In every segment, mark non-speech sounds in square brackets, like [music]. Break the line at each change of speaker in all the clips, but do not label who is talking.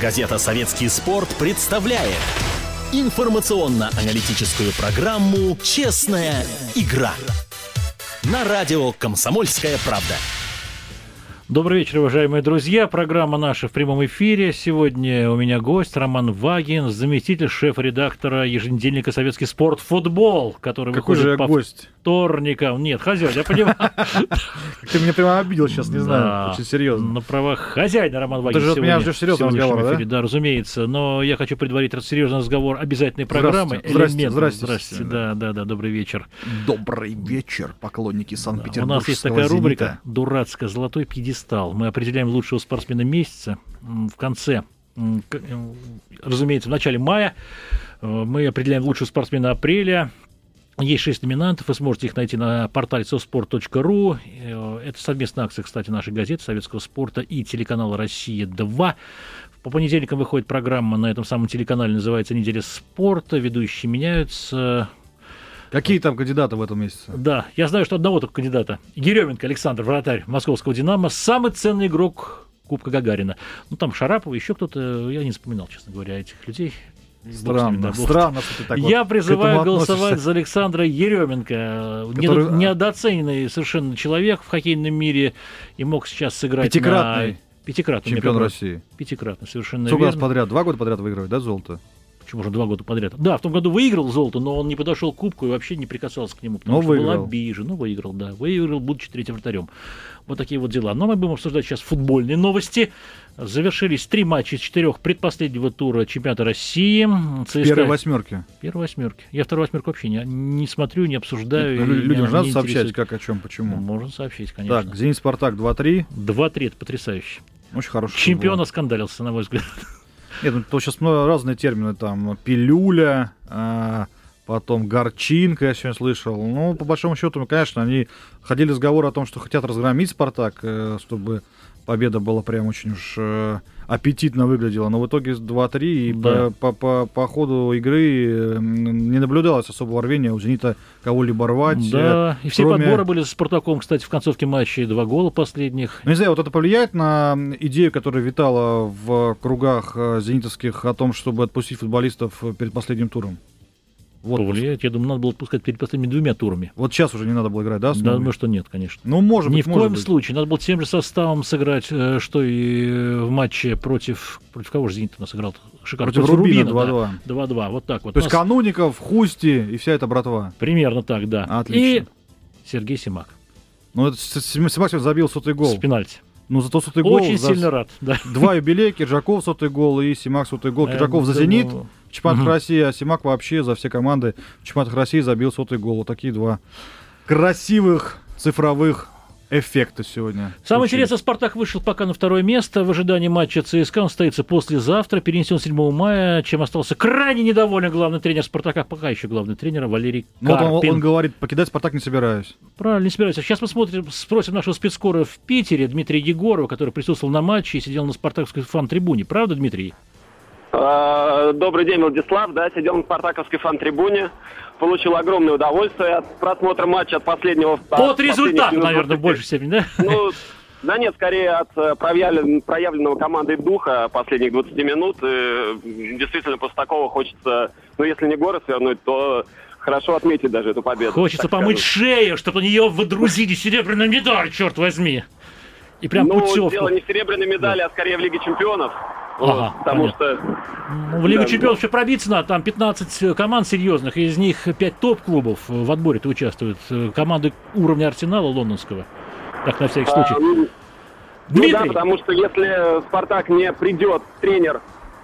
Газета «Советский спорт» представляет информационно-аналитическую программу «Честная игра» на радио «Комсомольская правда».
Добрый вечер, уважаемые друзья. Программа наша в прямом эфире. Сегодня у меня гость Роман Вагин, заместитель шеф-редактора еженедельника «Советский спорт. Футбол», который
Какой
выходит
же я
по
гость?
вторникам. Нет, хозяин, я
[laughs]
понимаю.
Ты меня прямо обидел сейчас,
Да.
не
Ну,
знаю, очень серьезно.
На правах хозяина Роман Вагин
Ты же от меня
сегодня
ждешь серьезного
в сегодняшнем
разговора, да?
эфире, да? разумеется. Но я хочу предварить серьезный разговор обязательной программы.
Здравствуйте, здрасте,
Элементно.
здрасте,
Здрасте,
Сергей.
да, да, да, добрый вечер.
Добрый вечер, поклонники
У
Санкт-Петербургского
нас есть такая
«Зенита».
рубрика «Дурацкая золотой пьедестал». Мы определяем лучшего спортсмена месяца м, в конце, м, к- м, разумеется, в начале мая. Э, Мы определяем лучшего спортсмена апреля. Есть шесть номинантов, вы сможете их найти на портале соцспорт.ру. Э, Это совместная акция, кстати, нашей газеты «Советского спорта» и телеканала «Россия-2». По понедельникам выходит программа на этом самом телеканале, называется «Неделя спорта». Ведущие меняются.
Какие там кандидаты в этом месяце?
Да, я знаю, что одного только кандидата. Еременко Александр, вратарь московского «Динамо», самый ценный игрок Кубка Гагарина. Ну, там Шарапова, еще кто-то, я не вспоминал, честно говоря, этих людей. Бог с ними, да,
Странно,
бог.
странно, что ты так вот
я
к
призываю
этому
голосовать
относишься.
за Александра Еременко.
Который- а?
Недооцененный совершенно человек в хоккейном мире и мог сейчас сыграть
Пятикратный
на... Пятикратный. мне
[laughs] Чемпион
понравилось.
России.
Пятикратный, совершенно
Сколько раз
верно.
подряд? Два года подряд выигрывает, да, золото?
Почему же два года подряд? Да, в том году выиграл золото, но он не подошел к кубку и вообще не прикасался к нему, потому
Но
что был
выиграл.
обижен. Ну, выиграл, да. Выиграл, будучи третьим вратарем. Вот такие вот дела. Но мы будем обсуждать сейчас футбольные новости. Завершились три матча из четырех предпоследнего тура чемпионата России. ЦСКА...
Первые восьмерки.
Первой восьмерки. Я вторую восьмерку вообще не, не смотрю, не обсуждаю.
Лю-
и меня
Людям же надо
не
сообщать,
интересует. Ну,
как, о чем, почему.
Можно сообщить, конечно.
Так, Зенит Спартак 2-3.
2-3, это потрясающе.
Очень хороший.
Чемпион
футбол.
оскандалился, на мой
[laughs]
взгляд.
Нет, ну, то сейчас много разные термины. Там пилюля, а, потом горчинка, я сегодня слышал. Ну, по большому счету, ну, конечно, они ходили разговоры о том, что хотят разгромить Спартак, э, чтобы победа была прям очень уж э, аппетитно выглядела. Но в итоге 2-3, и
Да.
по, по- по- по ходу игры э, м, не наблюдалось особого рвения у «Зенита» кого-либо рвать. э,
Да, и все
кроме-
подборы были с Спартаком, кстати, в концовке матча, и два гола последних.
Ну, не знаю, вот это повлияет на идею, которая витала в кругах э, зенитовских о том, чтобы отпустить футболистов э, перед последним туром? Вот,
повлияет. Я думаю, надо было отпускать перед последними двумя турами.
вот сейчас уже не надо было играть, да? с
Я
новыми?
думаю, что нет, конечно.
Ну, может
Ни
быть,
в
может
коем
быть.
случае. Надо было тем же составом сыграть, э, что и э, в матче против... Против кого же Зенит у нас играл? Шикарно.
Против Рубина
да.
2:2.
2-2, вот так вот.
То есть
Нас-
Кануников, Хусти и вся эта братва.
Примерно так, да.
Отлично.
И Сергей Симак
Ну, это С- С- Симак сегодня забил сотый гол.
с пенальти.
Ну, зато сотый гол.
Очень
за-
сильно рад, да.
Два юбилея, Киржаков сотый гол и Симак сотый гол. Киржаков за
Э, думаю,
«Зенит» в чемпионатах
Мгм.
России, а Симак вообще за все команды в чемпионатах России забил сотый гол. Вот такие два красивых цифровых эффекта сегодня.
Самое
случились.
интересное, Спартак вышел пока на второе место. В ожидании матча ЦСКА он состоится послезавтра, перенесен 7 мая, чем остался крайне недоволен главный тренер Спартака, пока еще главный тренер Валерий
Ну, вот он- он,
Карпин.
говорит, покидать Спартак не собираюсь.
Правильно, не собираюсь. Сейчас мы смотрим, спросим нашего спецкора в Питере, Дмитрия Егорова, который присутствовал на матче и сидел на спартаковской фан-трибуне. Правда, Дмитрий?
Э, Добрый день, Владислав. Да, сидел на спартаковской фан-трибуне. Получил огромное удовольствие от просмотра матча от последнего... от
От
последних
результата,
минут
наверное, в
20.
большей степени, да?
Ну, да нет, скорее от э, проявлен- проявленного командой духа последних 20 минут. Э, Действительно, после такого хочется, ну, если не горы свернуть, то хорошо отметить даже эту победу.
Хочется
так
помыть
скажу.
шею, чтобы на нее водрузили серебряную медаль, черт возьми. И прям
ну,
путевку.
дело не в серебряной медали, а скорее в Лиге Чемпионов. Вот,
Ага,
потому
понятно.
что
Ну, В Лигу
Да,
чемпионов еще пробиться надо, там 15 команд серьезных, из них 5 топ-клубов э, в отборе-то участвуют. Э, Команды уровня Арсенала лондонского. Так, на всякий случай.
а, ну, Ну да,
Дмитрий,
потому что если Спартак не придет тренер,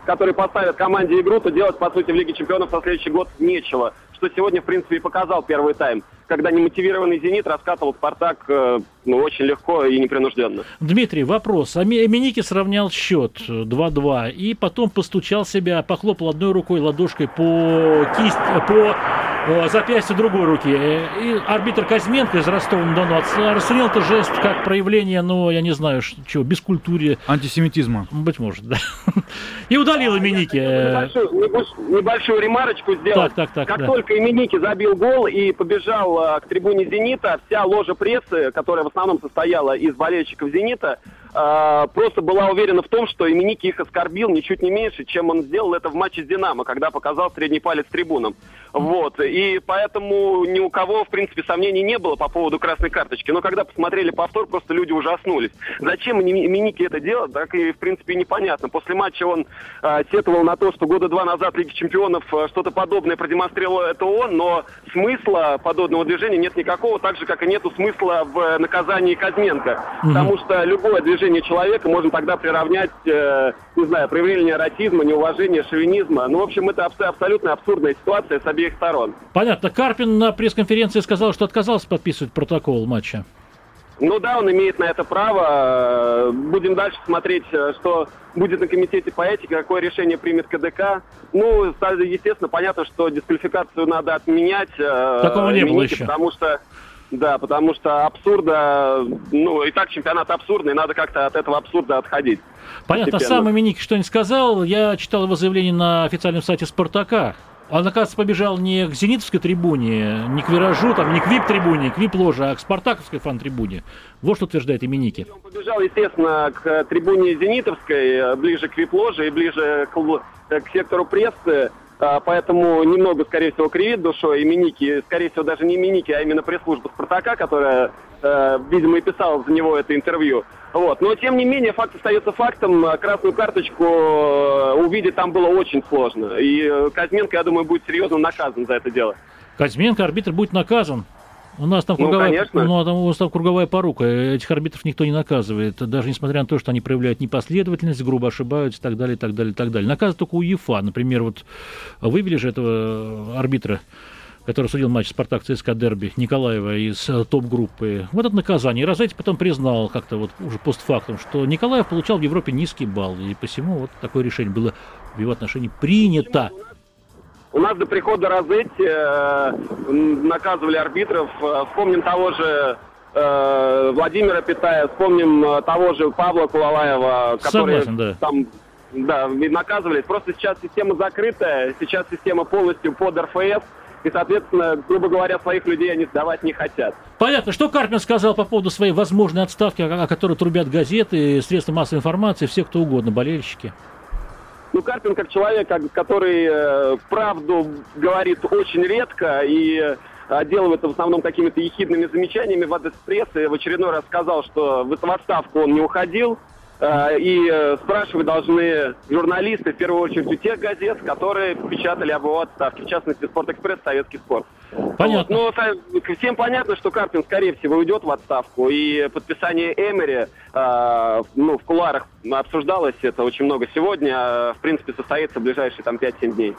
который поставит команде игру, то делать, по сути, в Лиге Чемпионов на следующий год нечего. Что сегодня, в принципе, и показал первый тайм, когда немотивированный «Зенит» раскатывал «Спартак» э, ну, очень легко и непринужденно.
Дмитрий, вопрос. Ами- Миники сравнял счет э, 2-2 и потом постучал себя, похлопал одной рукой ладошкой по кисть, э, по э, запястью другой руки. Э, И арбитр Козьменко из Ростова-на-Дону оц- расценил этот жест как проявление, ну, я не знаю, ш- чего, бескультуре, ну,
Антисемитизма.
быть может, да. И
А,
удалил Миники. э,
Небольшую, небольш- небольшую ремарочку сделать.
Так, так, так,
как
да.
только именники забил гол и побежал э, к трибуне «Зенита», вся ложа прессы, которая в основном состояла из болельщиков «Зенита», э, просто была уверена в том, что именики их оскорбил ничуть не меньше, чем он сделал это в матче с «Динамо», когда показал средний палец трибунам. Вот. И поэтому ни у кого, в принципе, сомнений не было по поводу красной карточки. Но когда посмотрели повтор, просто люди ужаснулись. Зачем Ми- Миники это делать, так и, в принципе, непонятно. После матча он э, сетовал на то, что года два назад Лиги Чемпионов э, что-то подобное продемонстрировал это он, но смысла подобного движения нет никакого, так же, как и нету смысла в э, наказании Казменко. Потому что любое движение человека можно тогда приравнять, э, не знаю, проявление расизма, неуважения, шовинизма. Ну, в общем, это абс- абсолютно абсурдная ситуация с обеих сторон.
Понятно. Карпин на пресс-конференции сказал, что отказался подписывать протокол матча.
Ну да, он имеет на это право. Э, Будем дальше смотреть, э, что будет на комитете по этике, какое решение примет КДК. Ну, стало естественно, понятно, что дисквалификацию надо отменять. э,
Такого не было
именики,
еще.
Потому что, да, потому что абсурда, ну и так чемпионат абсурдный, надо как-то от этого абсурда отходить.
Понятно,
Постепенно.
сам именик что-нибудь сказал. Я читал его заявление на официальном сайте «Спартака». Он, оказывается, побежал не к «Зенитовской» трибуне, не к «Виражу», там, не к «Вип-трибуне», к «Вип-ложе», а к «Спартаковской» фан-трибуне. Вот что утверждает именики.
Он побежал, естественно, к э, трибуне Зенитовской, э, ближе к вип-ложе и ближе к, л- э, к сектору прессы. а, Поэтому немного, скорее всего, кривит душой именики, скорее всего, даже не именики, а именно пресс-служба Спартака, которая, э, видимо, и писала за него это интервью. Вот. Но, тем не менее, факт остается фактом. А Красную карточку э, увидеть там было очень сложно. И э, Казменко, я думаю, будет серьезно наказан за это дело.
Козьменко, арбитр, будет наказан. У нас там
Ну,
круговая,
конечно.
а там у нас там круговая порука. Этих арбитров никто не наказывает. Даже несмотря на то, что они проявляют непоследовательность, грубо ошибаются и так далее, и так далее, и так далее. Наказывают только УЕФА. Например, вот вывели же этого арбитра, который судил матч «Спартак» ЦСКА дерби Николаева из э, топ-группы. Вот это наказание. И Розетти потом признал как-то вот уже постфактум, что Николаев получал в Европе низкий балл. И посему вот такое решение было в его отношении принято.
У нас до прихода Розетти э, м, наказывали арбитров. Э, Вспомним того же э, Владимира Питая, вспомним э, того же Павла Кулалаева, который
Согласен, да.
там да, и наказывались. Просто сейчас система закрытая, сейчас система полностью под РФС, и, соответственно, грубо говоря, своих людей они сдавать не хотят.
Понятно, что Карпин сказал по поводу своей возможной отставки, о о которой трубят газеты, средства массовой информации, все кто угодно, болельщики.
Ну, Карпин как человек, как- который э, правду говорит очень редко и э, отделывается в основном какими-то ехидными замечаниями в адрес прессы, в очередной раз сказал, что в в отставку он не уходил. Э, и э, спрашивать должны журналисты, в первую очередь, у тех газет, которые печатали об его отставке, в частности, «Спортэкспресс», «Советский спорт».
Понятно.
Вот, Ну, со- всем понятно, что Карпин, скорее всего, уйдет в отставку. И подписание Эмери э, ну, в куларах обсуждалось это очень много сегодня. Э, В принципе, состоится в ближайшие там 5-7 дней.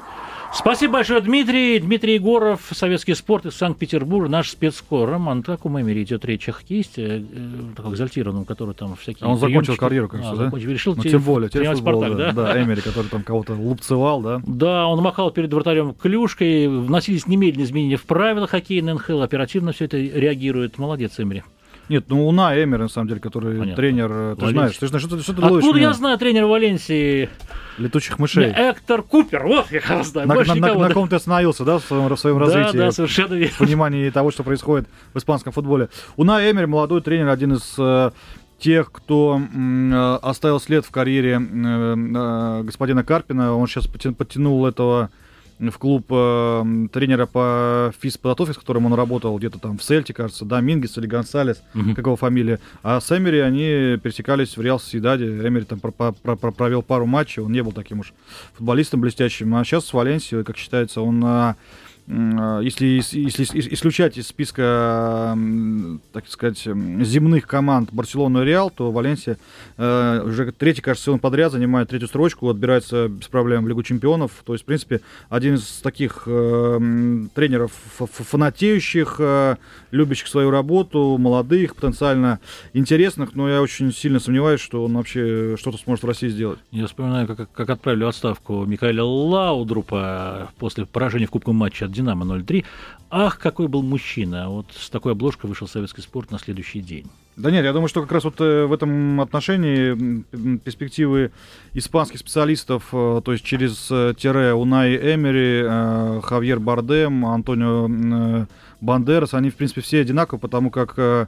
Спасибо большое, Дмитрий. Дмитрий Егоров, советский спорт из Санкт-Петербурга, наш А спецкор. Роман, так у Мэмери идет речь о хоккеисте, э, э, таком экзальтированном, который там всякие...
А он закончил
приемчики-
карьеру, конечно,
А,
да?
закончил. Решил
Ну,
те-
тем более, теперь
тренировать
футбол,
«Спартак»,
да.
да?
Да, Эмери, который там кого-то лупцевал, да.
Да, он махал перед вратарем клюшкой, вносились немедленные изменения в правила хоккея на НХЛ, оперативно все это реагирует. Молодец, Эмри.
Нет, ну Уна Эмери, на самом деле, который
Понятно.
тренер, э, ты
Валенсия.
знаешь, ты знаешь, что ты, что ты ловишь
Откуда
меня?
я знаю тренера Валенсии?
Летучих мышей.
Эктор Купер, вот я его знаю,
На,
больше
на- на-
никого.
на ком ты остановился, да, в своем, в своем развитии?
Да, да, совершенно
в
верно.
понимании того, что происходит в испанском футболе. Уна Эмери, молодой тренер, один из э, тех, кто м, э, оставил след в карьере м, э, господина Карпина. Он сейчас подтянул этого в клуб э, м, тренера по физподготовке, с которым он работал где-то там в Сельте, кажется, Домингес или Гонсалес,
Мгм.
как его фамилия. А с Эмери они пересекались в Реал Соседаде. Эмери там про- про- про- про- провел пару матчей, он не был таким уж футболистом блестящим. А сейчас с Валенсией, как считается, он а, м, а, если, ис- если ис- исключать из списка, м, так сказать, м, земных команд Барселону и Реал, то Валенсия э, уже третий, кажется, сезон подряд занимает третью строчку, отбирается без проблем в Лигу чемпионов. То есть, в принципе, один из таких э, м, тренеров ф- ф- фанатеющих, э, любящих свою работу, молодых, потенциально интересных, но я очень сильно сомневаюсь, что он вообще что-то сможет в России сделать.
Я вспоминаю, как, как отправили в отставку Михаила Лаудрупа после поражения в кубковом матче от «Динамо» 0-3. Ах, какой был мужчина. Вот с такой обложкой вышел советский спорт на следующий день.
Да нет, я думаю, что как раз вот э, в этом отношении м, м, перспективы испанских специалистов, э, то есть через э, тире Унай Эмери, э, Хавьер Бардем, Антонио м, э, Бандерас, они, в принципе, все одинаковы, потому как э,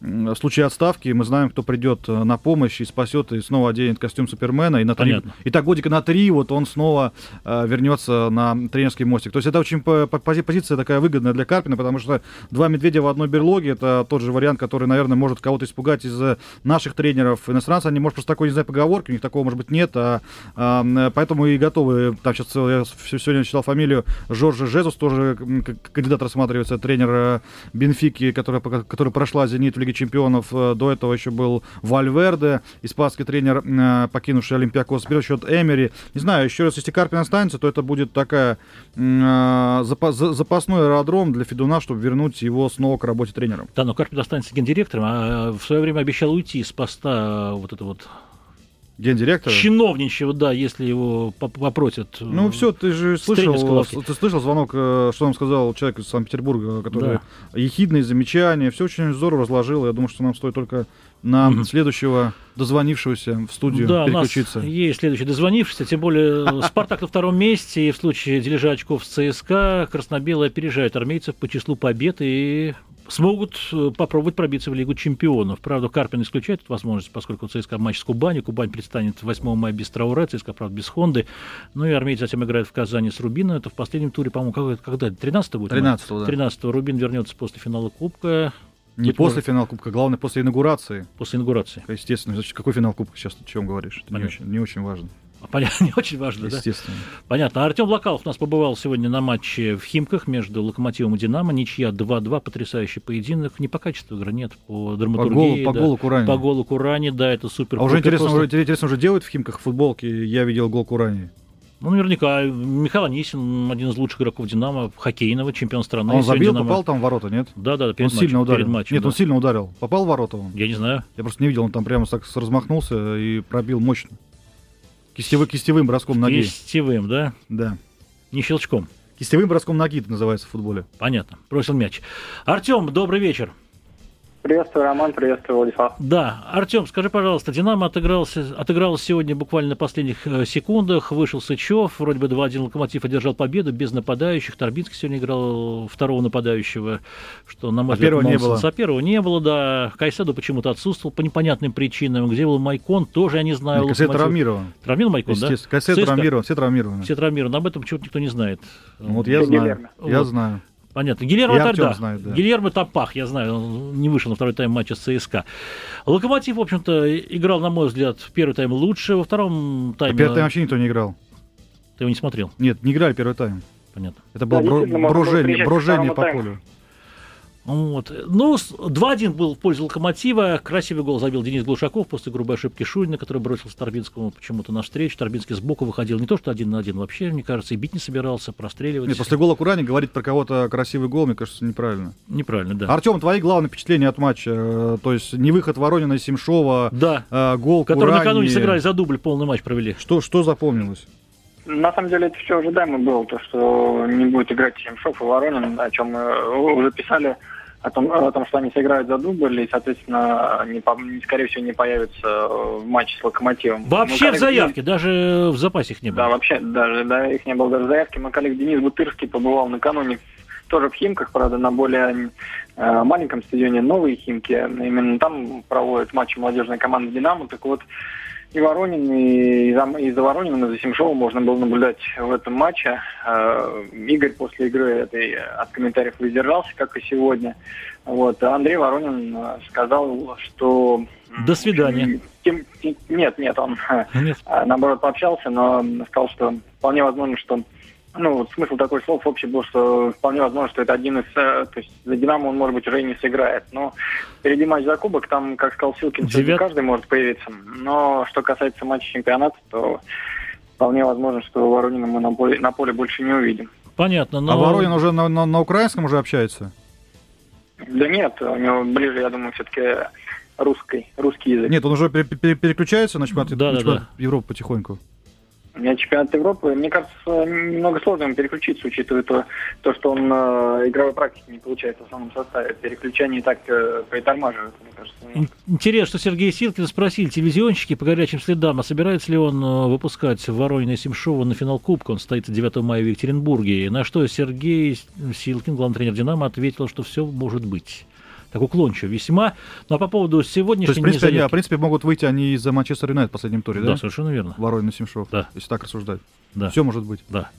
м, в случае отставки мы знаем, кто придет э, на помощь и спасет, и снова оденет костюм Супермена. И, на три,
Понятно.
и так годика на три вот он снова э, вернется на тренерский мостик. То есть это очень по- по- пози- позиция такая выгодная для Карпина, потому что два медведя в одной берлоге, это тот же вариант, который, наверное, может кого-то испугать из э, наших тренеров иностранцев. Они, может, просто такой, не знаю, поговорки, у них такого, может быть, нет, а, а, м, поэтому и готовы. Там сейчас я с- сегодня читал фамилию Жоржа Жезус, тоже м, как кандидат рассматривается, тренер э, Бенфики, которая, пока- которая прошла «Зенит» в Лиге Чемпионов. Э, До этого еще был Вальверде, испанский тренер, м, покинувший Олимпиакос, берет счет Эмери. Не знаю, еще раз, если Карпин останется, то это будет такая м, а, запа- за- запасной аэродром для Федуна, чтобы вернуть его снова к работе тренером.
Да, но Карпин останется гендиректором, а в свое время обещал уйти с поста э, вот это вот
Гендиректор.
чиновничьего, да, если его поп- попросят. э,
Ну все, ты же
с тренерской
слышал,
лавки.
ты слышал звонок, э, что нам сказал человек из Санкт-Петербурга, который
Да.
ехидные замечания, все очень здорово разложил. Я думаю, что нам стоит только на
Мгм.
следующего дозвонившегося в студию
Да, у нас
переключиться.
есть следующий дозвонившийся, тем более [laughs] э, «Спартак» на втором месте, и в случае дележа очков с ЦСКА краснобелые опережают армейцев по числу побед и смогут э, попробовать пробиться в Лигу чемпионов. Правда, Карпин исключает эту возможность, поскольку у ЦСКА матч с Кубани. Кубань предстанет 8 мая без Трауре, ЦСКА, правда, без Хонды. Ну и армейцы затем играют в Казани с Рубино. Это в последнем туре, по-моему, какой- когда? 13 будет?
13-го, да.
13 Рубин вернется после финала Кубка,
Не
быть
после
может.
финала Кубка, главное, после инаугурации.
после инаугурации.
Естественно, значит, какой финал Кубка сейчас, о чем говоришь? Это не
Понятно.
очень, не очень важно,
А Понятно, [laughs] не очень важно, да?
естественно.
Понятно. А Артем Локалов у нас побывал сегодня на матче в Химках между Локомотивом и Динамо. Ничья 2-2, потрясающий поединок. Не по качеству игры, нет, по
По голу,
драматургии.
по
да.
голу Курани.
По голу Курани, да, это супер.
А уже
круто
интересно,
просто.
уже интересно, уже делают в Химках футболки. Я видел гол Курани.
Ну, наверняка. Михаил Анисин, один из лучших игроков Динамо, хоккейного, чемпион страны.
А он
Ну, Сегодня
забил,
Динамо-
попал там в ворота, нет?
Да, да,
Он
перед матчем.
сильно ударил.
перед матчем,
Нет,
да.
он сильно ударил. Попал в ворота он.
Я не знаю.
Я просто не видел, он там прямо так с- размахнулся и пробил мощно. Кистевы, кистевым броском ноги.
Кистевым, да?
Да.
Не щелчком.
Кистевым броском ноги это называется в футболе.
Понятно. Бросил мяч. Артем, добрый вечер.
Приветствую, Роман, приветствую, Владислав.
Да, Артем, скажи, пожалуйста, Динамо отыгрался, отыгралось сегодня буквально на последних э, секундах, вышел Сычев, вроде бы 2-1 Локомотив одержал победу без нападающих, Торбинский сегодня играл второго нападающего, что, на мой
А
взгляд,
первого не
нонсенс.
было.
А первого не было, да, Кайседо почему-то отсутствовал по непонятным причинам, где был Майкон, тоже я не знаю.
Кассет
Локомотив-
травмирован.
Травмирован Майкон, да?
Естественно. Кассет
Цска?
травмирован, все травмированы.
Все травмированы, об этом почему-то никто не знает.
Вот я
Да,
знаю.
Гильермо.
Я
Вот.
знаю.
Понятно. Гильермо
И
Тар-
Артём
да.
знает, да.
Гильермо Топах, я знаю, он не вышел на второй тайм матча с ЦСКА. Локомотив, в общем-то, играл, на мой взгляд, в первый тайм лучше, во втором
А
тайме...
первый тайм вообще никто не играл.
Ты его не смотрел,
Нет, не играли первый тайм.
понятно.
Это было бро-
действительно, можно было
брожение,
приезжать к
брожение
второму
по
тайму.
полю.
Вот. Ну, с- 2-1 был в пользу Локомотива. Красивый гол забил Денис Глушаков после грубой ошибки Шурина, который бросился Торбинскому почему-то навстречу. Торбинский сбоку выходил не то что один на один вообще, мне кажется, и бить не собирался, простреливать.
Нет, после гола Курани говорить про кого-то красивый гол, мне кажется, неправильно.
Неправильно, да.
Артем, твои главные впечатления от матча? Э, То есть не выход Воронина и Семшова,
Да.
э, гол
Который
Курани.
накануне сыграли за дубль, полный матч провели.
Что, что запомнилось?
На самом деле это все ожидаемо было, то, что не будет играть Семшов и Воронин, о чем мы уже писали, о том, о том, что они сыграют за дубль и, соответственно, не по- не- скорее всего, не появятся э, в матче с Локомотивом.
Вообще
Мы
в
коллег-
заявке, даже в запасе их не было.
Ну, Да, вообще, даже, да, их не было даже в заявке. Мой коллега Денис Бутырский побывал накануне в- тоже в Химках, правда, на более э, маленьком стадионе Новые Химки. Именно там проводят матчи молодежной команды «Динамо». Так вот, и Воронин, и за, и за Ворониным, и за Семшовым можно было наблюдать в этом матче. Э, Игорь после игры этой э, от комментариев воздержался, как и сегодня. Вот. А Андрей Воронин э, сказал, что... м,
До свидания.
тем- тем- нет, нет, он э,
Ну, Нет.
а, наоборот, пообщался, но сказал, что вполне возможно, что ну, вот смысл такой слов вообще был, что вполне возможно, что это один из... э, То есть за «Динамо» он, может быть, уже и не сыграет. Но впереди матч за кубок, там, как сказал Силкин, всё-таки
Девят-
каждый может появиться. Но что касается матча чемпионата, то вполне возможно, что Воронина мы на поле, на поле больше не увидим.
Понятно, но...
А Воронин уже на, на- на украинском уже общается?
Да нет, у него ближе, я думаю, все-таки русский, русский язык.
Нет, он уже пере- пере- переключается на чемпионат,
Да,
на
да,
чемпионат Европы потихоньку.
У меня э, чемпионат Европы. Мне кажется, немного сложно ему переключиться, учитывая то, то что он э, игровой практики не получает в основном составе. Переключение и так э, притормаживает, мне кажется.
Ин- Интересно, что Сергей Силкин спросили телевизионщики по горячим следам, а собирается ли он э, выпускать Воронина и Семшова на финал Кубка? Он состоится 9 мая в Екатеринбурге. И На что Сергей С- Силкин, главный тренер «Динамо», ответил, что все может быть. так уклончиво весьма. Ну а по поводу
То
сегодняшней
есть, в принципе, они,
незаявки-
в принципе, могут выйти они из-за Манчестер Юнайтед в последнем туре, да?
Да, совершенно верно.
Воронин и Семшов.
Да.
Если так рассуждать.
Да.
Все может быть.
Да.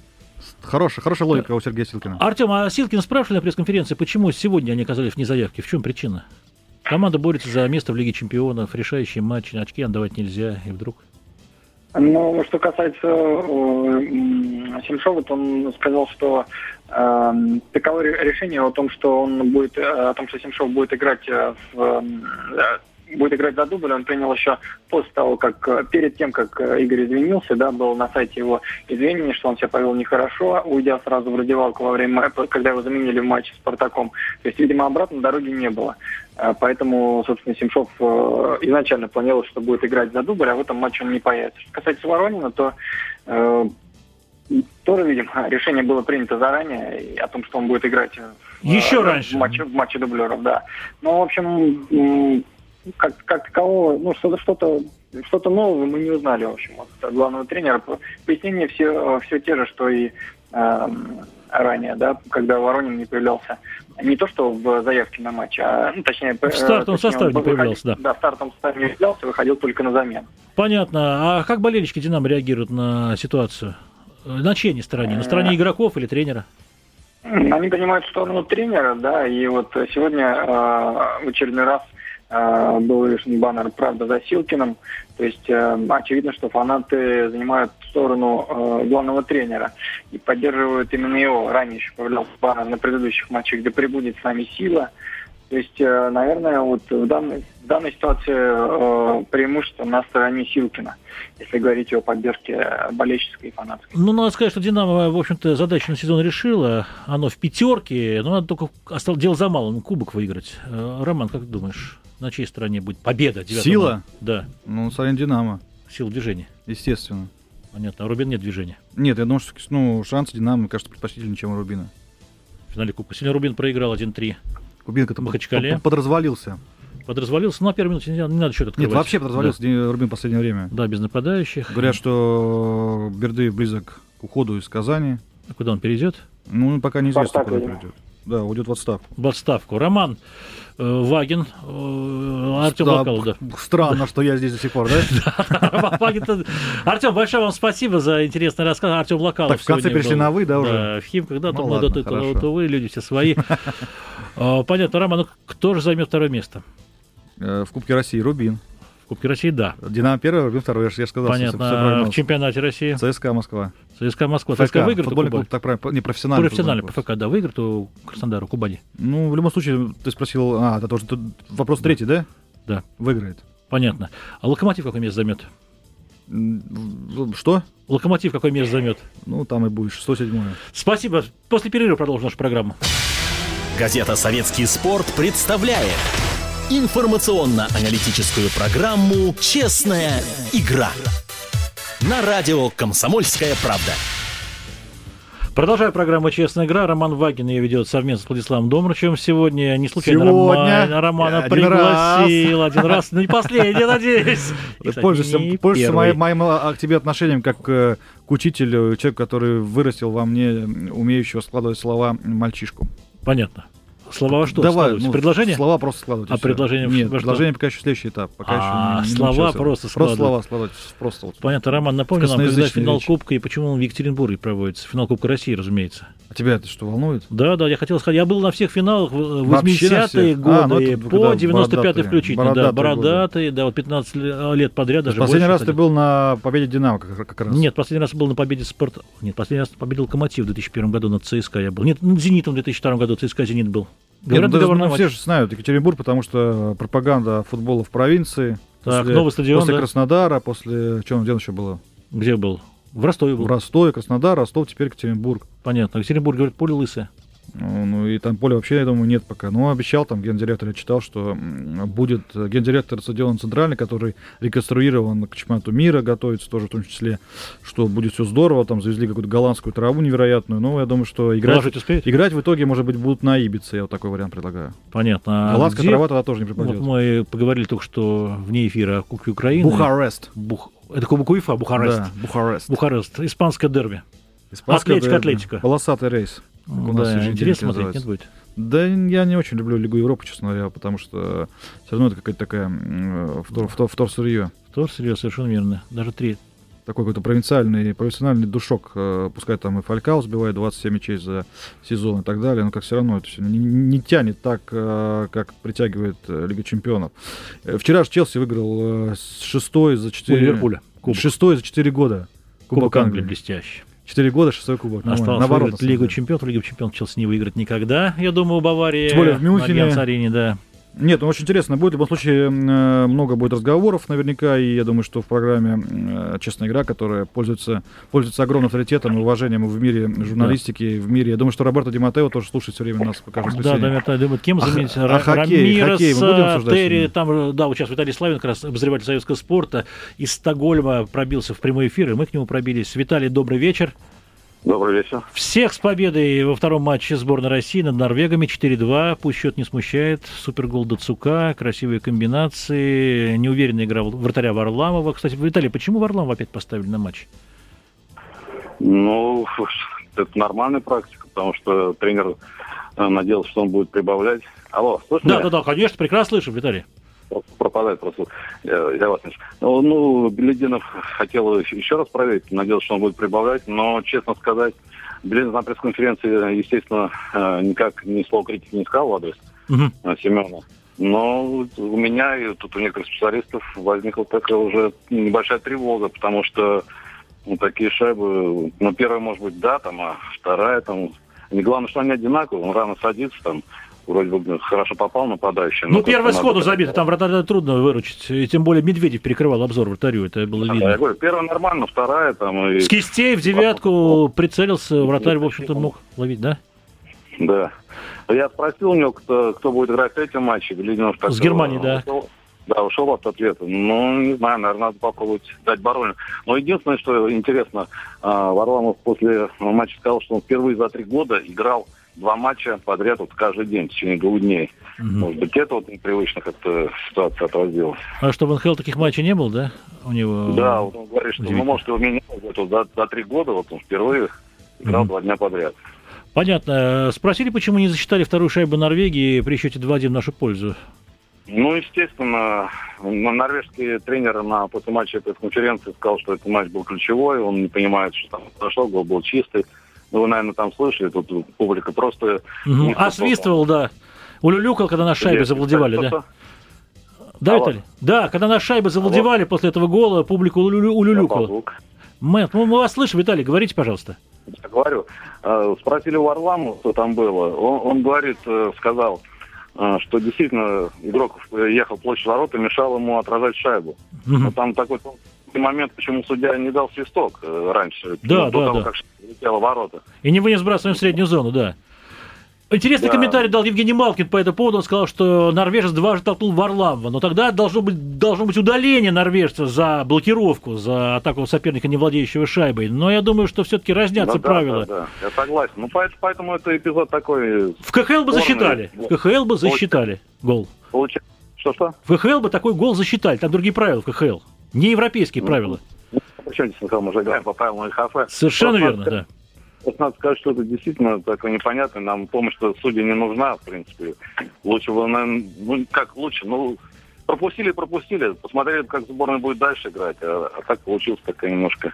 Хорошая, хорошая логика у Сергея Силкина.
Артем, а Силкин спрашивали на пресс-конференции, почему сегодня они оказались вне заявки? В чем причина? Команда борется за место в Лиге Чемпионов, решающие матчи, очки отдавать нельзя, и вдруг...
Ну, что касается э, м, Семшова, то он сказал, что э, таково ре- решение о том, что он будет, э, о том, что Семшов будет играть э, в, м, э, будет играть за дубль, он принял еще после того, как э, перед тем, как э, Игорь извинился, да, было на сайте его извинение, что он себя повел нехорошо, уйдя сразу в раздевалку во время, ма- когда его заменили в матче с Спартаком. То есть, видимо, обратно дороги не было. Э, Поэтому, собственно, Семшов э, изначально планировал, что будет играть за дубль, а в этом матче он не появится. Что касается Воронина, то э, тоже, видимо, [laughs] решение было принято заранее и о том, что он будет играть э, в,
Еще
э,
раньше.
в матче, в матче дублеров, да. Но, в общем, м, как, как такового, ну, что-то, что-то что-то нового мы не узнали, в общем, от главного тренера. Пояснения все, все те же, что и эм, ранее, да, когда Воронин не появлялся. Не то, что в заявке на матч, а, ну, точнее...
В стартовом составе не появлялся, да.
Да, в стартовом составе не появлялся, выходил только на замену.
Понятно. А как болельщики «Динамо» реагируют на ситуацию? Э, На чьей они стороне? На стороне игроков или тренера?
Они понимают сторону тренера, да, и вот сегодня э, в очередной раз э, был вывешен баннер «Правда за Силкиным», то есть э, очевидно, что фанаты занимают сторону э, главного тренера и поддерживают именно его. Ранее еще появлялся баннер на предыдущих матчах «Да пребудет с нами сила». То есть, э, наверное, вот в данной, в данной ситуации э, преимущество на стороне Силкина, если говорить о поддержке э, болельческой и фанатской.
Ну, надо сказать, что «Динамо», в общем-то, задачу на сезон решила. Оно в пятерке, но надо только... Осталось дело за малым, кубок выиграть. Э, Роман, как ты думаешь, на чьей стороне будет победа? 9
Сила?
мая? Да,
Ну, Сарин Динамо,
сила движения.
естественно.
Понятно, а у Рубина нет движения.
Нет, я думаю, что ну, шансы Динамо, мне кажется, предпочтительнее, чем у Рубина.
в финале Кубка. Сегодня Рубин проиграл 1-3.
Кубинка-то
Махачкале.
под- подразвалился.
Подразвалился. Ну, а первую минуту не, надо- не надо счет открывать.
Нет, вообще подразвалился Ди- Рубин в последнее время.
Да, Да, без нападающих.
Говорят, что Берды близок к уходу из Казани.
А Куда он перейдет?
Ну, пока неизвестно,
Спартак,
куда
видимо.
придет. Да, уйдет в отставку.
В отставку. Роман э, Вагин. э, Артем
Да,
Локал, да. [laughs]
Странно, что я здесь до сих пор, да?
Роман Вагин-то- Артем, большое вам спасибо за интересный рассказ. Артем Локалов
Так, в конце
сегодня
перешли
был,
на «вы», да, уже?
в Химках, да,
Ну,
то мы,
ладно,
да, то-
хорошо.
то вы, люди все
[laughs]
свои. Э, Понятно, Роман, ну кто же займет второе место?
Э, В Кубке России Рубин.
В Кубке России, да.
Динамо первое, Рубин второе. Я же сказал, всё- всё
Понятно, А
правильно.
в чемпионате России.
ЦСКА Москва.
ЦСКА Москва.
ФК,
ЦСКА выиграет у
футбольный
Кубани?
клуб, так правильно, не профессиональный.
Профессиональный
футбольный клуб.
ПФК, да, выиграет у Краснодара, у Кубани.
Ну, в любом случае, ты спросил, а, это тоже тут вопрос третий, да?
Да.
Выиграет.
Понятно. А Локомотив какое место займет?
М, в- в- Что?
Локомотив какое место займет?
Ну, там и будет, 6-7.
Спасибо. После перерыва продолжим нашу программу.
Газета «Советский спорт» представляет информационно-аналитическую программу «Честная игра» на радио «Комсомольская правда».
Продолжаю программу «Честная игра». Роман Вагин ее ведет совместно с Владиславом Домрачевым. Сегодня не случайно
Сегодня.
Роман- Романа
Один
пригласил один раз. Ну, не последний,
[laughs]
надеюсь. И, кстати, не
Пользуйся, пользуйся
первый.
моим, моим, а, к тебе отношением как э, к учителю, человек, который вырастил во мне м, умеющего складывать слова мальчишку.
Понятно. Слова во что? складываются?
ну,
Предложение?
Слова просто складывать. и
А
всё.
предложение во
Нет,
что?
предложение пока еще следующий этап. Пока
А,
еще не- не
слова
научился.
просто
Просто
складывать.
слова складывать. Просто вот.
Понятно, Роман, напомнил нам, когда
Косноязычная
финал
речь.
Кубка и почему он в Екатеринбурге проводится. Финал Кубка России, разумеется.
А тебя это что, волнует?
Да, да, я хотел сказать, я был на всех финалах в
Вообще на
80-е
всех? А, ну
годы,
это
по
когда
95-й
бородатые,
включительно, да,
бородатые
бородатые, да, вот 15 ле- лет подряд даже
Последний
больше,
раз ты
кстати.
был на победе Динамо как, как раз.
Нет, последний раз был на победе спорт... Нет, последний раз победил Локомотив в 2001 году над ЦСКА я был. Нет, над Зенитом в 2002 году, ЦСКА Зенит был.
Нет, ну,
Говорят,
даже,
договорной
ну,
матч.
все же знают Екатеринбург, потому что пропаганда футбола в провинции.
Так, новый стадион,
После
да?
Краснодара, после... Что, где он еще было?
Где был? В Ростове был.
В Ростове, Краснодар, Ростов, теперь Екатеринбург.
Понятно. Екатеринбург, говорит, поле лысое.
Ну, ну и там поле вообще, я думаю, нет пока. Но обещал там гендиректор, я читал, что м, будет э, гендиректор стадиона «Центральный», который реконструирован к чемпионату мира, готовится тоже в том числе, что будет все здорово, там завезли какую-то голландскую траву невероятную. Ну, я думаю, что играть,
Положить успеют?
играть в итоге, может быть, будут на Ибице, я вот такой вариант предлагаю.
Понятно. А
Голландская
где-
трава тогда тоже не
Вот
припадет.
мы поговорили только что вне эфира о Кубке Украины.
Бухарест.
Бух- Это Кубок УЕФА, Бухарест.
Да, Бухарест.
Бухарест. Испанское дерби.
Испанская
Атлетика,
дерби.
Атлетика.
Полосатый рейс. как у нас
Да,
еженедельник
интересно смотреть,
называется.
нет, будет.
Да, я не очень люблю Лигу Европы, честно говоря, потому что все равно это какая-то такая м, э, втор, втор, вторсырье.
Тур, серьезно, совершенно верно. Даже три.
Такой какой-то провинциальный, провинциальный душок. э, Пускай там и Фалькао сбивает 27 мячей за сезон и так далее, но как все равно это все не, не тянет так, э, как притягивает э, Лига Чемпионов. Э, Вчера же Челси выиграл э, с шестой за
У
4...
Ливерпуля. Кубок,
Шестой за 4 года.
Кубок Англии блестящий.
4 года, шестой кубок. Нормально.
Осталось
Наоборот,
выиграть
на самом
Лигу
деле.
Чемпионов. Лигу Чемпионов Челси не выиграть никогда, я думаю, у Баварии.
Тем более в Мюнхене.
арене да.
Нет, ну очень интересно будет. В любом случае, м, э, много будет разговоров наверняка. И я думаю, что в программе м, э, «Честная игра», которая пользуется, пользуется огромным авторитетом и уважением в мире журналистики, и в мире... Я думаю, что Роберто Ди Маттео тоже слушает все время нас по каждому
Да,
воскресенье.
да, я думаю, кем
А х-
заменить
а
Ра-
хоккей?
Рамирес,
Хоккей мы будем обсуждать
Терри,
сегодня?
там, э, да, вот сейчас Виталий Славин, как раз обозреватель советского спорта, из Стокгольма пробился в прямой эфир, и мы к нему пробились. Виталий, добрый вечер.
Добрый вечер.
Всех с победой во втором матче сборной России над Норвегами 4-2. Пусть счет не смущает. Супергол Дацука, красивые комбинации, неуверенная игра вратаря Варламова. Кстати, Виталий, почему Варламова опять поставили на матч?
Ну, [laughs] это нормальная практика, потому что тренер э, надеялся, что он будет прибавлять. Алло, слышно?
Да, да, да, конечно, прекрасно слышим, Виталий.
Просто пропадает просто. Я, я вас не слышу. Ну, ну, Белединов хотел еще- еще раз проверить, надеялся, что он будет прибавлять, но, честно сказать, Белединов на пресс-конференции, естественно, э, никак ни слова критики не сказал в адрес
Мгм.
э, Семена. Но вот у меня и тут у некоторых специалистов возникла такая уже небольшая тревога, потому что ну, такие шайбы, ну, первая, может быть, да, там, а вторая, там, не главное, что они одинаковые, он рано садится, там, вроде бы хорошо попал нападающий.
Ну,
но
первый
как-то
сходу
надо-
забито, там вратаря трудно выручить. И тем более Медведев перекрывал обзор вратарю, это было
Да,
видно.
Я говорю, первая нормально, вторая там и...
С кистей в девятку прицелился, вратарь, в общем-то, мог ловить, да?
Да. Я спросил у него, кто, кто будет играть в третьем матче. Глядинов так,
С Германией,
э,
да.
ушел. Да, ушел от ответа. Ну, не знаю, наверное, надо попробовать дать Баролину. Но единственное, что интересно, э, Варламов после матча сказал, что он впервые за три года играл два матча подряд вот каждый день в течение двух дней.
Мгм.
Может быть, это вот непривычно как-то ситуация отразилась.
А что в НХЛ таких матчей не было, да? У него...
Да, вот он говорит, что, ну,
удивительно.
может, его менял вот за, за три года, вот он впервые играл
Мгм.
два дня подряд.
Понятно. Спросили, почему не засчитали вторую шайбу Норвегии при счете 2-1 в нашу пользу.
Ну, естественно, н- норвежский тренер на после матча этой конференции сказал, что этот матч был ключевой, он не понимает, что там произошло, гол был чистый. Ну, вы, наверное, там слышали, тут публика просто...
Мгм.
Не
Асвистывал, да. Улюлюкал, когда на шайбе завладевали, да? Да,
Алло.
Виталий? Да, когда на шайбе завладевали после этого гола, публика улюлю- улюлюкала.
Люкал.
Мэтт, мы мы вас слышим, Виталий, говорите, пожалуйста.
Я говорю, э, спросили у Варламова, что там было. Он, он говорит, э, сказал, э, что действительно игрок ехал в площадь ворот и мешал ему отражать шайбу.
Мгм.
Но там такой тонкий момент, почему судья не дал свисток э, раньше,
Да,
ну, до
да,
того,
да.
как шайба влетела в ворота.
И не вынес бросаем в среднюю зону, да. Интересный
Да.
комментарий дал Евгений Малкин по этому поводу. Он сказал, что норвежец дважды толкнул Варламова. Но тогда должно быть, должно быть удаление норвежца за блокировку, за атаку соперника, не владеющего шайбой. Но я думаю, что все-таки разнятся
Ну да,
правила.
Да, да, я согласен. Ну, поэтому, поэтому это эпизод такой, э,
В КХЛ бы
Спорный.
засчитали. В КХЛ бы засчитали гол.
получается... Что-что?
В КХЛ бы такой гол засчитали. Там другие правила в КХЛ. Не европейские
Ну,
правилам.
Почему здесь Михаил, мы же играем по правилам ИХФ?
Совершенно
просто
верно, да.
Вот надо сказать, что это действительно такое непонятное. Нам помощь-то судья не нужна, в принципе. Лучше бы, наверное, ну, как лучше, ну, пропустили, пропустили. Посмотрели, как сборная будет дальше играть. А, а так получилась такая немножко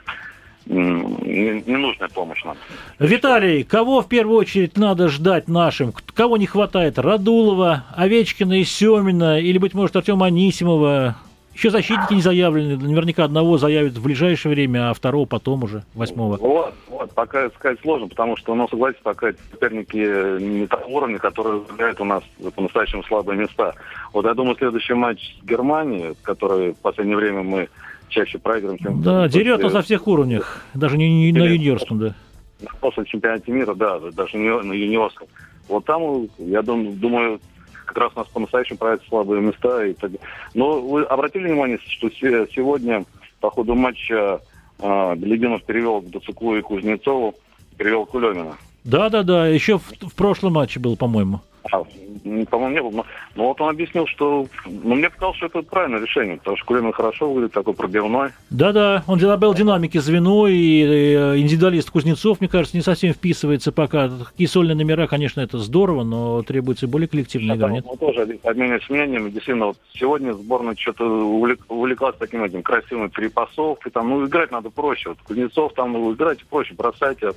м, не- ненужная помощь нам.
Виталий, кого в первую очередь надо ждать нашим? К- Кого не хватает? Радулова, Овечкина и Семина? Или, быть может, Артема Анисимова? Еще защитники не заявлены. Наверняка одного заявят в ближайшее время, а второго потом уже, восьмого.
Вот, вот, пока сказать сложно, потому что, ну, согласитесь, пока соперники э, не того уровня, которые играют у нас э, по-настоящему слабые места. Вот я думаю, следующий матч с Германией, который в последнее время мы чаще проигрываем, чем...
Да,
после-
дерет нас на всех уровнях. Даже не, не на
Интересно.
юниорском, да.
на прошлом чемпионате мира, да, даже не на юниорском. Вот там, э, я дум- думаю, как раз у нас по-настоящему правят слабые места. И так. далее. Но вы обратили внимание, что се- сегодня по ходу матча э, Белединов перевел к Дацуку и Кузнецову, перевел Кулемина.
Да, да, да. Еще в, в прошлом матче был, по-моему.
А, м, по-моему, не было. Но, но вот он объяснил, что... Ну, мне показалось, что это правильное решение, потому что Кулемин хорошо выглядит, такой пробивной.
Да-да, он добавил динамики звено, и э, индивидуалист Кузнецов, мне кажется, не совсем вписывается пока. Такие сольные номера, конечно, это здорово, но требуется более коллективная игра,
А Там
нет?
Мы тоже обмен- обменялись мнениями. Действительно, вот сегодня сборная что-то увлек- увлеклась таким этим красивым перепасовкой. Там, ну, играть надо проще. Вот Кузнецов там, ну, играйте проще, бросайте.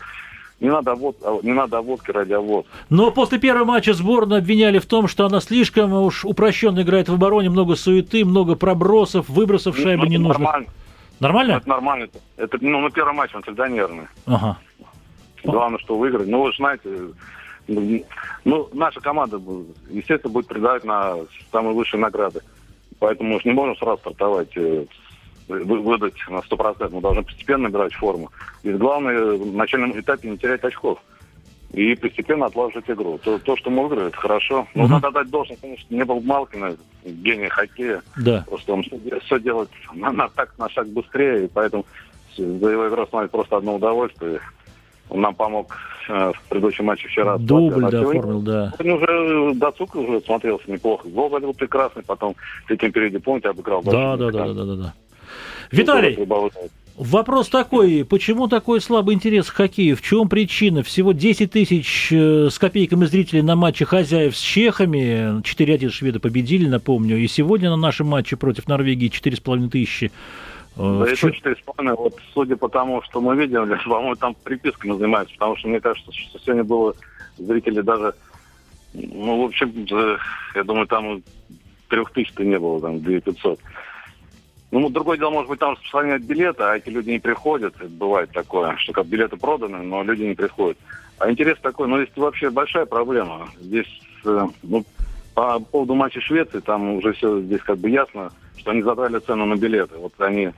Не надо, вот, не надо водки ради вот.
Но после первого матча сборную обвиняли в том, что она слишком уж упрощенно играет в обороне, много суеты, много пробросов, выбросов шайбы
Ну, это
ненужных.
Нормально.
Нормально?
Это нормально. Это, ну, на первом матче он всегда нервный.
Ага.
Главное, что выиграть. Ну, вы же знаете, ну, ну, наша команда, естественно, будет придавать на самые высшие награды. Поэтому мы же не можем сразу стартовать, э, вы- выдать на 100%. Мы должны постепенно набирать форму. И главное, в начальном этапе не терять очков. И постепенно отлаживать игру. То, то, что мы выиграли, это хорошо. Но
Мгм.
надо дать должность, конечно, не был Малкина, гений хоккея.
Да.
Просто он все делает на, на так, на шаг быстрее, и поэтому за его игру смотреть просто одно удовольствие. Он нам помог э, в предыдущем матче вчера. с
Дубль,
Латвией. А
да,
сегодня-
оформил, да.
Сегодня уже Дацук уже смотрелся неплохо. Гол забил прекрасный, потом в третьем периоде, помните, обыграл.
Да, да, да, да, да, да, да.
Ну,
Виталий, вопрос такой. Почему такой слабый интерес к хоккею? В чем причина? Всего 10 тысяч э, с копейками зрителей на матче хозяев с чехами. 4-1 шведы победили, напомню. И сегодня на нашем матче против Норвегии 4,5 тысячи. Э,
Да
в
и
чё-
тут четыре с половиной. Вот судя по тому, что мы [laughs] видели, по-моему, там приписками занимаются, потому что мне кажется, что сегодня было зрителей даже, ну, в общем, э, я думаю, там трех тысяч-то не было, там, две пятьсот. Ну, вот другое дело, может быть, там распространяют билеты, а эти люди не приходят. Это бывает такое, что как билеты проданы, но люди не приходят. А интерес такой, ну, здесь вообще большая проблема. Здесь, э, ну, по поводу матча Швеции, там уже все здесь как бы ясно, что они задрали цену на билеты. Вот они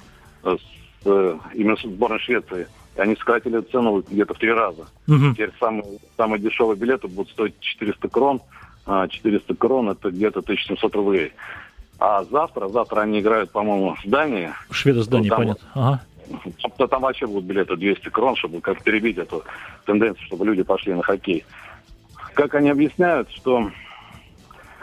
э, с, э, именно с сборной Швеции, и они сократили цену где-то в три раза.
Мгм.
Теперь самые, самые дешевые билеты будут стоить 400 крон. А 400 крон это где-то 1700 рублей. А завтра, завтра они играют, по-моему, в Дании.
Шведы с
Ну,
Данией,
там
понятно. Ага.
Там- Там вообще будут билеты 200 крон, чтобы как перебить эту тенденцию, чтобы люди пошли на хоккей. Как они объясняют, что...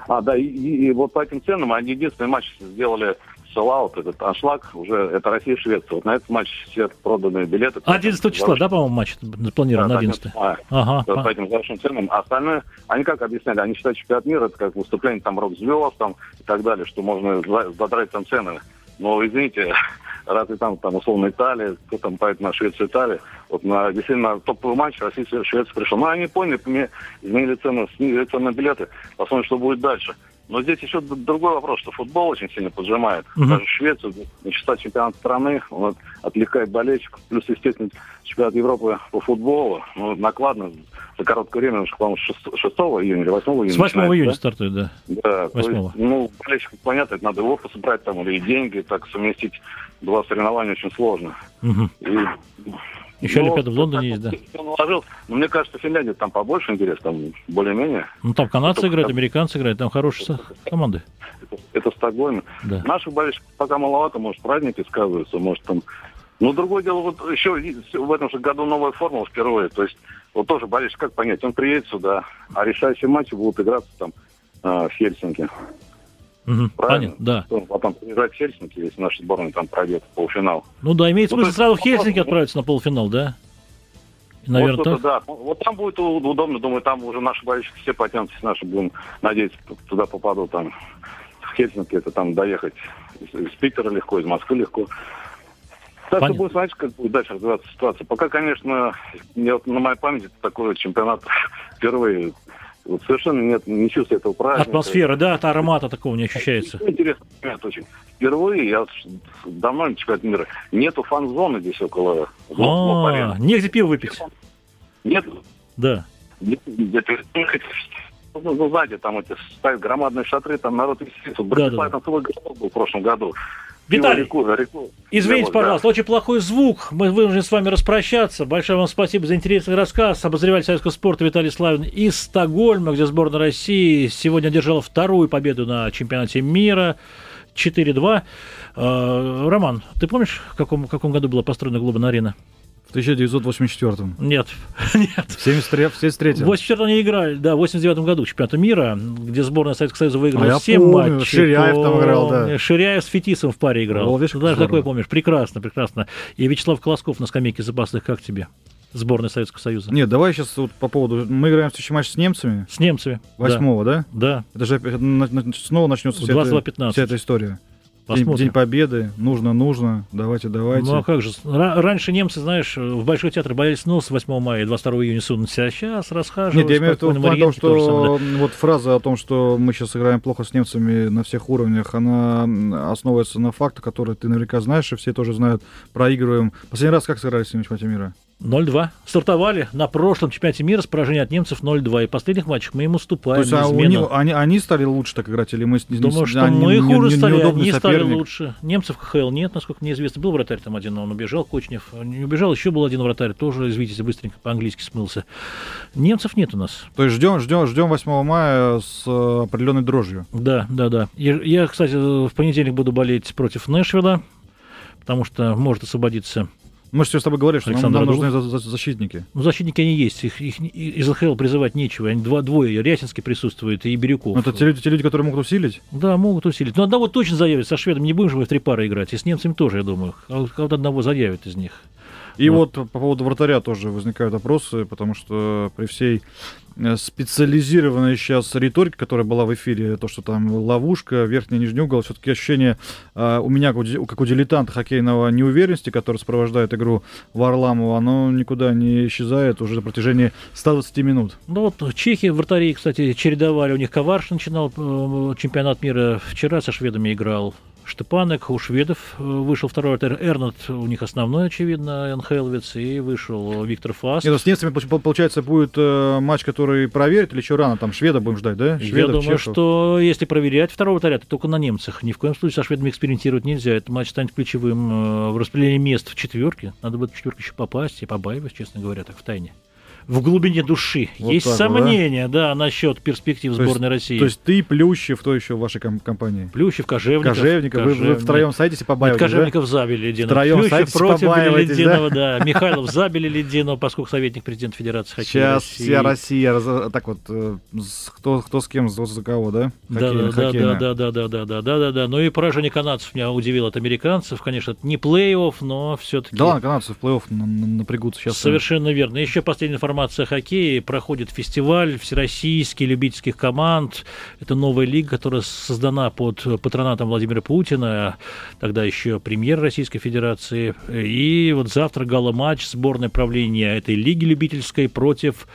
А, да, и, и- и вот по этим ценам они единственный матч сделали селлаут, этот аншлаг, уже это Россия и Швеция. Вот на этот матч все проданы билеты.
11 числа, да, по-моему, матч запланирован,
Да,
11
11 мая.
Ага,
Вот по
по-
этим завышенным ценам. А остальное, они как объясняли, они считают чемпионат мира, это как выступление там рок-звезд там, и так далее, что можно за- задрать там цены. Но, извините, [laughs] разве там, там условно Италия, кто там поет на Швецию Италия, вот на, действительно на топовый матч Россия Шве- Швеция пришла. Ну, они поняли, поме- изменили цены, снизили цены на билеты, посмотрим, что будет дальше. Но здесь еще д- другой вопрос, что футбол очень сильно поджимает.
Мгм.
Даже Швецию, нечиста чемпионат страны, он от- отвлекает болельщиков, плюс, естественно, чемпионат Европы по футболу, ну, накладно за короткое время, потому что, по-моему, 6, июня или 8 июня.
с 8
начинается,
июня
да?
стартует, да.
Да, то
8-го.
есть, ну, болельщикам, понятно, это надо его собрать там, или и деньги, так совместить два соревнования очень сложно.
Мгм.
И,
Еще
ну,
Олимпиада в Лондоне есть,
так
да.
вот всё наложил. Но мне кажется, Финляндия там побольше интерес, там более-менее.
Ну, там канадцы
Только
играют,
там- Ну,
американцы играют, там хорошие со- команды.
Это, это Стокгольм.
Да.
Наших болельщиков пока маловато, может, праздники сказываются, может, там... Ну, другое дело, вот еще в этом же году новая формула впервые. То есть, вот тоже болельщик, как понять, он приедет сюда, а решающие матчи будут играться там э, в Хельсинки.
Мгм.
Ну, Правильно.
Понятно, да.
Он Потом приезжать в Хельсинки, если наша сборная там пройдет полуфинал.
Ну да, имеет
Ну,
смысл
то
сразу в
есть вопрос-
Хельсинки отправиться на полуфинал, да? И, Наверное,
вот, это
так.
да. Ну, вот там будет у- удобно, думаю, там уже наши болельщики все потянутся, если наши будем, надеясь, т- туда попадут там. В Хельсинки это там доехать из, из Питера легко, из Москвы легко. Так
Понятно.
что будем смотреть, как будет дальше развиваться ситуация. Пока, конечно, я вот на моей памяти такой чемпионат [laughs] впервые. Вот совершенно нет, не чувствую этого праздника. Ну,
Атмосфера, да, от аромата такого не ощущается.
Интересно, нет, очень. Впервые я с- давно на чемпионате мира. Нету фан-зоны здесь около. Лоп-Лоп
А,
арены.
негде пиво выпить.
Нет,
Да.
нет, нет, нет. Ну, ну, знаете, там эти ставят громадные шатры, там народ веселится. Братислава
да.
там целый городок был в прошлом году.
Виталий,
Пиво, реку- реку.
Извините,
Пиво, да.
пожалуйста, очень плохой звук. Мы вынуждены с вами распрощаться. Большое вам спасибо за интересный рассказ. Обозреватель советского спорта Виталий Славин из Стокгольма, где сборная России сегодня одержала вторую победу на чемпионате мира. 4-2. Э, Роман, ты помнишь, в каком, в каком году была построена Глобан Арена?
В 1984
Нет, нет.
В 73 в 73-м.
В 84 они играли, да, в 89 году чемпионата мира, где сборная Советского Союза
А
выиграла
я
7
помню,
матчей.
Ширяев там играл, да.
Ширяев с Фетисом в паре играл.
О, видишь,
Ты
как
Даже
здорово.
такое помнишь. Прекрасно, прекрасно. И Вячеслав Колосков на скамейке запасных, как тебе? Сборная Советского Союза.
Нет, давай сейчас вот по поводу... Мы играем следующий матч с немцами.
С немцами. да.
8 да?
Да,
Это же опять на- на- снова начнется вся, эта,
22:15.
вся эта история. День,
посмотрим.
День Победы. Нужно, нужно. Давайте, давайте.
Ну а как же? Ра- раньше немцы, знаешь, в Большой театр боялись ну, с 8 мая и 22 июня сунуть себя. Сейчас расхаживают.
Нет, я имею в виду
спокойно,
в плане того,
Мариинке тоже самое, да.
что вот фраза о том, что мы сейчас играем плохо с немцами на всех уровнях, она м, основывается на фактах, которые ты наверняка знаешь, и все тоже знают. Проигрываем. Последний раз как сыграли с ними в чемпионате мира?
0-2. Стартовали на прошлом чемпионате мира с поражением от немцев 0-2. И в последних матчах мы им
То
уступаем.
есть а, у
неизменно.
них- они, они стали лучше так играть, или мы с не-
Думаю,
с-
что
они
мы
не-
хуже
не-
стали,
неудобный
они стали
соперник?
лучше. Немцев в КХЛ нет, насколько мне известно. Был вратарь там один, но он убежал, Кочнев. Не убежал, еще был один вратарь, тоже, извините, быстренько по-английски смылся. Немцев нет у нас.
То есть ждем, ждем, ждем 8 мая с э, определенной дрожью.
Да, да, да. Я, я, кстати, в понедельник буду болеть против Нэшвилла, потому что может освободиться.
Мы же всё с тобой говорили, что нам-
Александр
нам,
Радулов.
нужны за- за- защитники.
Ну, защитники они есть, их, их не- из ЛХЛ призывать нечего. Они два, двое, Рясинский присутствует и Бирюков.
Ну, это те люди, те люди, которые могут усилить.
Да, могут усилить. Но одного точно заявят. Со шведом не будем же мы в три пары играть. И с немцами тоже, я думаю. А вот кого-то одного заявят из них.
И
Вот.
вот. по поводу вратаря тоже возникают вопросы, потому что при всей э, специализированной сейчас риторике, которая была в эфире, то, что там ловушка, верхний, нижний угол, все-таки ощущение э, у меня, как у ди- как у дилетанта хоккейного неуверенности, которая сопровождает игру Варламова, оно никуда не исчезает уже на протяжении 120 минут.
Ну вот чехи вратари, кстати, чередовали. У них Коварш начинал э, чемпионат мира. Вчера со шведами играл Штепанек. У шведов э, вышел второй вратарь Эрнот. У них основной, очевидно, Энхелвиц. И вышел э, Виктор Фас.
Нет, ну, с немцами, получ- пол- получается, будет э, матч, который проверит, или еще рано, там шведа будем ждать, да?
Я
Шведов,
думаю,
чехов.
что если проверять второго вратаря, то только на немцах. Ни в коем случае со шведами экспериментировать нельзя. Этот матч станет ключевым э, в распределении мест в четверке. Надо будет в четверку еще попасть. Я побаиваюсь, честно говоря, так в тайне. В глубине души.
Вот
Есть
так вот, да?
сомнения, да, насчет перспектив
То есть-
сборной России.
То есть ты, Плющев, кто еще в вашей ком- компании?
Плющев, Кожевников.
Кожевников, вы, вы
Кожевников.
втроем садитесь и
Нет,
побаиваетесь, да?
Кожевников за Белединова.
Втроем
Плющев
садитесь,
против
побаиваетесь,
Белединова, да. Михайлов за Белединова, поскольку советник президента Федерации хоккея
Сейчас
России.
вся Россия раз- так вот, э, с- кто, кто с кем, за, за кого, да?
Да,
Хоккейно-
да,
хоккейно.
да, да, да, да, да, да, да, да, да. Ну и поражение канадцев меня удивило от американцев. Конечно, это не плей-офф, но все-таки.
Да ладно, канадцы в плей-офф на- на- напрягутся сейчас.
Совершенно верно. Еще последняя информация о хоккее. Проходит фестиваль всероссийский любительских команд. Это новая лига, которая создана под патронатом Владимира Путина, тогда еще премьер Российской Федерации. И вот завтра гала-матч сборной правления этой лиги любительской против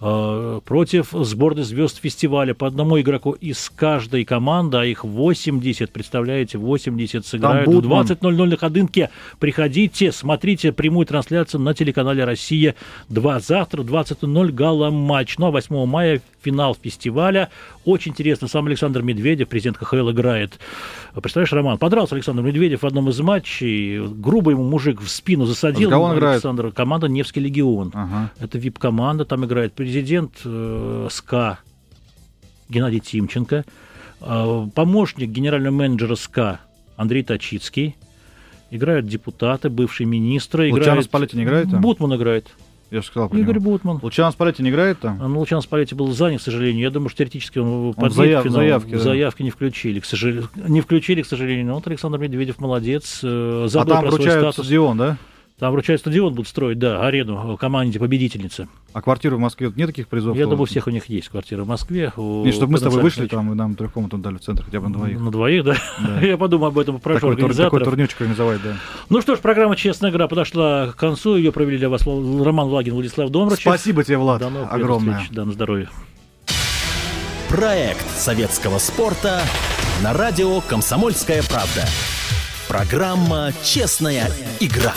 э, против сборной звезд фестиваля. По одному игроку из каждой команды, а их 80, представляете, 80 сыграют в
Бутман.
20 20.00 на Ходынке. Приходите, смотрите прямую трансляцию на телеканале «Россия-2». Завтра 20.00 гала-матч. Ну а 8 мая финал фестиваля. Очень интересно. Сам Александр Медведев, президент КХЛ, играет. Представляешь, Роман, подрался Александр Медведев в одном из матчей. Грубо ему мужик в спину засадил.
А за кого он играет?
Александр, команда «Невский легион».
Ага.
Это вип-команда, там играет президент э, СКА Геннадий Тимченко, э, помощник генерального менеджера СКА Андрей Точицкий, играют депутаты, бывшие министры.
Лучано
играют...
Спалетти не играет там?
Бутман играет.
Я же сказал про
Игорь
него.
Бутман.
Лучано Спалетти не играет там?
А, ну, Лучан Спалетти был занят, к сожалению. Я думаю, что теоретически он
в
подвиг
заяв-
финал.
заявке, да.
Заявки не включили, к сожалению. Не включили, к сожалению. Но вот Александр Медведев молодец. э,
а
Забыл
там
про свой
вручают
статус.
стадион, да?
Там вручают стадион, будут строить, да, арену э, команде победительницы.
А квартиры в Москве вот нет таких призов?
Я думаю, у всех у них есть квартира в Москве. у
Не, чтобы мы с тобой вышли
потенциальных
там, и нам трехкомнатную дали в центр, хотя бы на двоих.
На двоих, да?
Да.
[laughs] Я подумал об этом, прошу
Такой, тур- такой
организаторов.
турнирчик организовать, да.
Ну что ж, программа «Честная игра» подошла к концу. Ее провели для вас Л- Роман Влагин, Владислав Домрачев.
Спасибо тебе, Влад,
Ну, До новых приятных
огромное.
встреч. Да, на здоровье.
Проект советского спорта на радио «Комсомольская правда». Программа «Честная игра».